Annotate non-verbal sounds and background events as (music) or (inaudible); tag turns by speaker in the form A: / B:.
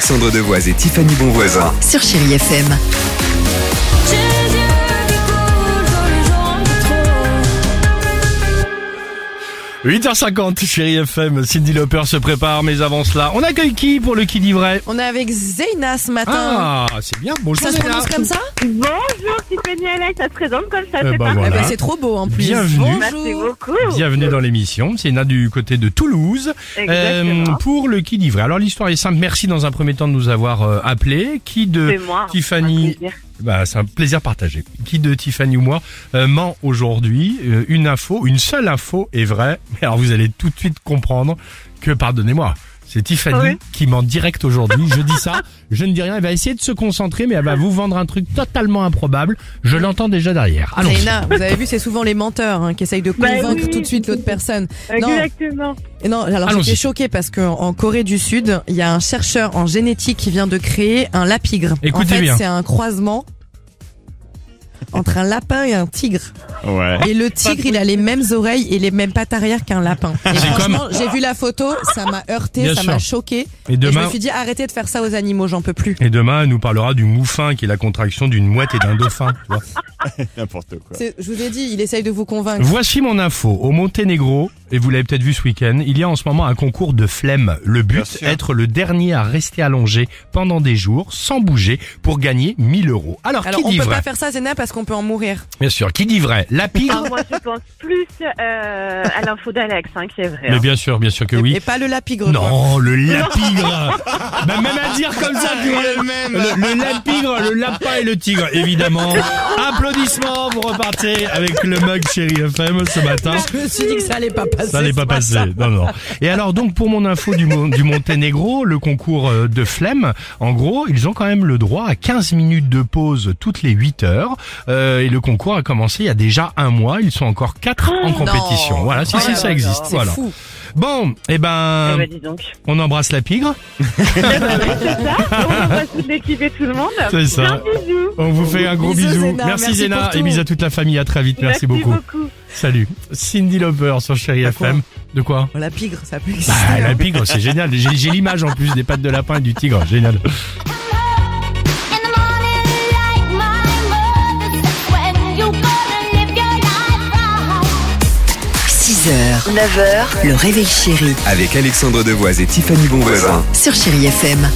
A: Alexandre Devoise et Tiffany Bonvoisin.
B: sur Chéri FM.
C: J'ai les yeux qui coulent dans le genre de trop.
D: 8h50, chérie FM, Cindy Loper se prépare, mais avant cela, on accueille qui pour le qui dit vrai
E: On est avec Zeyna ce matin.
D: Ah, c'est bien, bonjour
E: ça se
D: Léna.
E: prononce comme ça
F: Bonjour Tiffany Alex, ça se présente comme ça,
D: Eh ben
F: c'est parfait.
E: Eh
D: Voilà.
E: ben, C'est trop beau en plus.
D: Bienvenue.
F: Merci
E: Bonjour.
F: beaucoup.
D: Bienvenue dans l'émission, c'est Léna du côté de Toulouse, Euh,
F: Exactement.
D: pour le qui dit vrai. Alors l'histoire est simple, merci dans un premier temps de nous avoir euh, appelé. Qui
F: C'est
D: de...
F: moi.
D: Tiffany.
F: un plaisir.
D: Bah, c'est un plaisir partagé. Qui de Tiffany ou moi euh, ment aujourd'hui Euh, Une info, une seule info est vraie, mais alors vous allez tout de suite comprendre que, pardonnez-moi, c'est Tiffany
F: Oui.
D: qui ment direct aujourd'hui. Je dis ça, je ne dis rien, elle va essayer de se concentrer, mais elle va vous vendre un truc totalement improbable. Je l'entends déjà derrière. Allons.
E: Zeyna, vous avez vu, c'est souvent les menteurs hein, qui essayent de
F: Bah
E: convaincre
F: oui.
E: tout de suite l'autre personne. Non.
F: Exactement.
E: Et non, alors
D: Allons-y.
E: j'étais choquée parce qu'en en Corée du Sud, il y a un chercheur en génétique qui vient de créer un lapigre.
D: Écoutez
E: en fait,
D: bien.
E: c'est un croisement entre un lapin et un tigre.
D: Ouais.
E: Et le tigre, il a les mêmes oreilles et les mêmes pattes arrière qu'un lapin. Et franchement, j'ai vu la photo, ça m'a heurté,
D: Bien
E: ça
D: sûr.
E: m'a choqué. Et je
D: Et
E: me
D: demain,
E: suis dit, arrêtez de faire ça aux animaux, j'en peux plus.
D: et demain, elle nous parlera du moufin qui est la contraction d'une mouette et d'un dauphin. tu vois.
G: (laughs) N'importe quoi.
E: C'est- Je vous ai dit, il essaye de vous convaincre.
D: Voici mon info. Au Monténégro, et vous l'avez peut-être vu ce week-end, il y a en ce moment un concours de flemme. Le
G: Bien
D: but,
G: sûr.
D: être le dernier à rester allongé pendant des jours, sans bouger, pour gagner 1000 euros. Alors,
E: Alors,
D: qui
E: on
D: dit
E: peut
D: vrai
E: pas faire ça, Zéna, parce qu'on peut en mourir.
D: Bien sûr, qui dit vrai La pigre
F: Alors, moi je pense plus euh, à l'info d'Alex, hein, que c'est
E: Ah,
F: vrai.
D: Mais bien sûr, bien sûr que
E: Et-
D: oui.
E: Et pas le lapigre. quoi.
D: Non, le lapigre (laughs) bah, Même à dire comme ça, tu vois, le, le lapigre, le lapin et le tigre, évidemment. Applaudissements, vous repartez avec le mug Chéri FM ce matin.
E: Je me suis dit que ça allait pas passer.
D: Ça n'est pas
E: c'est
D: passé.
E: ça.
D: Non, non. Et alors, donc, pour mon info du, Mon- du Monténégro, le concours euh, de flemme, en gros, ils ont quand même le droit à 15 minutes de pause toutes les 8 heures. Euh, et le concours a commencé il y a déjà un mois. Ils sont encore quatre en compétition. Voilà, si,
E: Ah, Oh
D: si,
E: là
D: ça
E: là,
D: existe.
E: C'est
D: Voilà.
E: fou.
D: Bon, eh
F: Eh
D: ben,
F: ben, dis donc.
D: on embrasse la pigre.
F: On embrasse toute l'équipe et tout le monde.
D: C'est ça.
F: Un bisou.
D: On vous fait un gros
E: Bisous,
D: bisou.
E: Zéna.
D: Merci,
E: Merci
D: Zéna.
E: pour tout.
D: Et bisous à toute la famille. À très vite. Merci, beaucoup.
F: beaucoup.
D: Salut. Cindy Loper sur Chéri
E: À quoi
D: FM. De quoi?
E: Oh, Lapigre, ça peut exister.
D: Bah, la pigre, c'est génial. J'ai j'ai l'image en plus des pattes de lapin et du tigre. Génial.
C: In the morning, like my mother said, when you gonna live your life right?
B: 6h, 9h, le réveil chéri
A: Avec Alexandre Devoise et Tiffany Bonvoisin.
B: sur Chéri FM.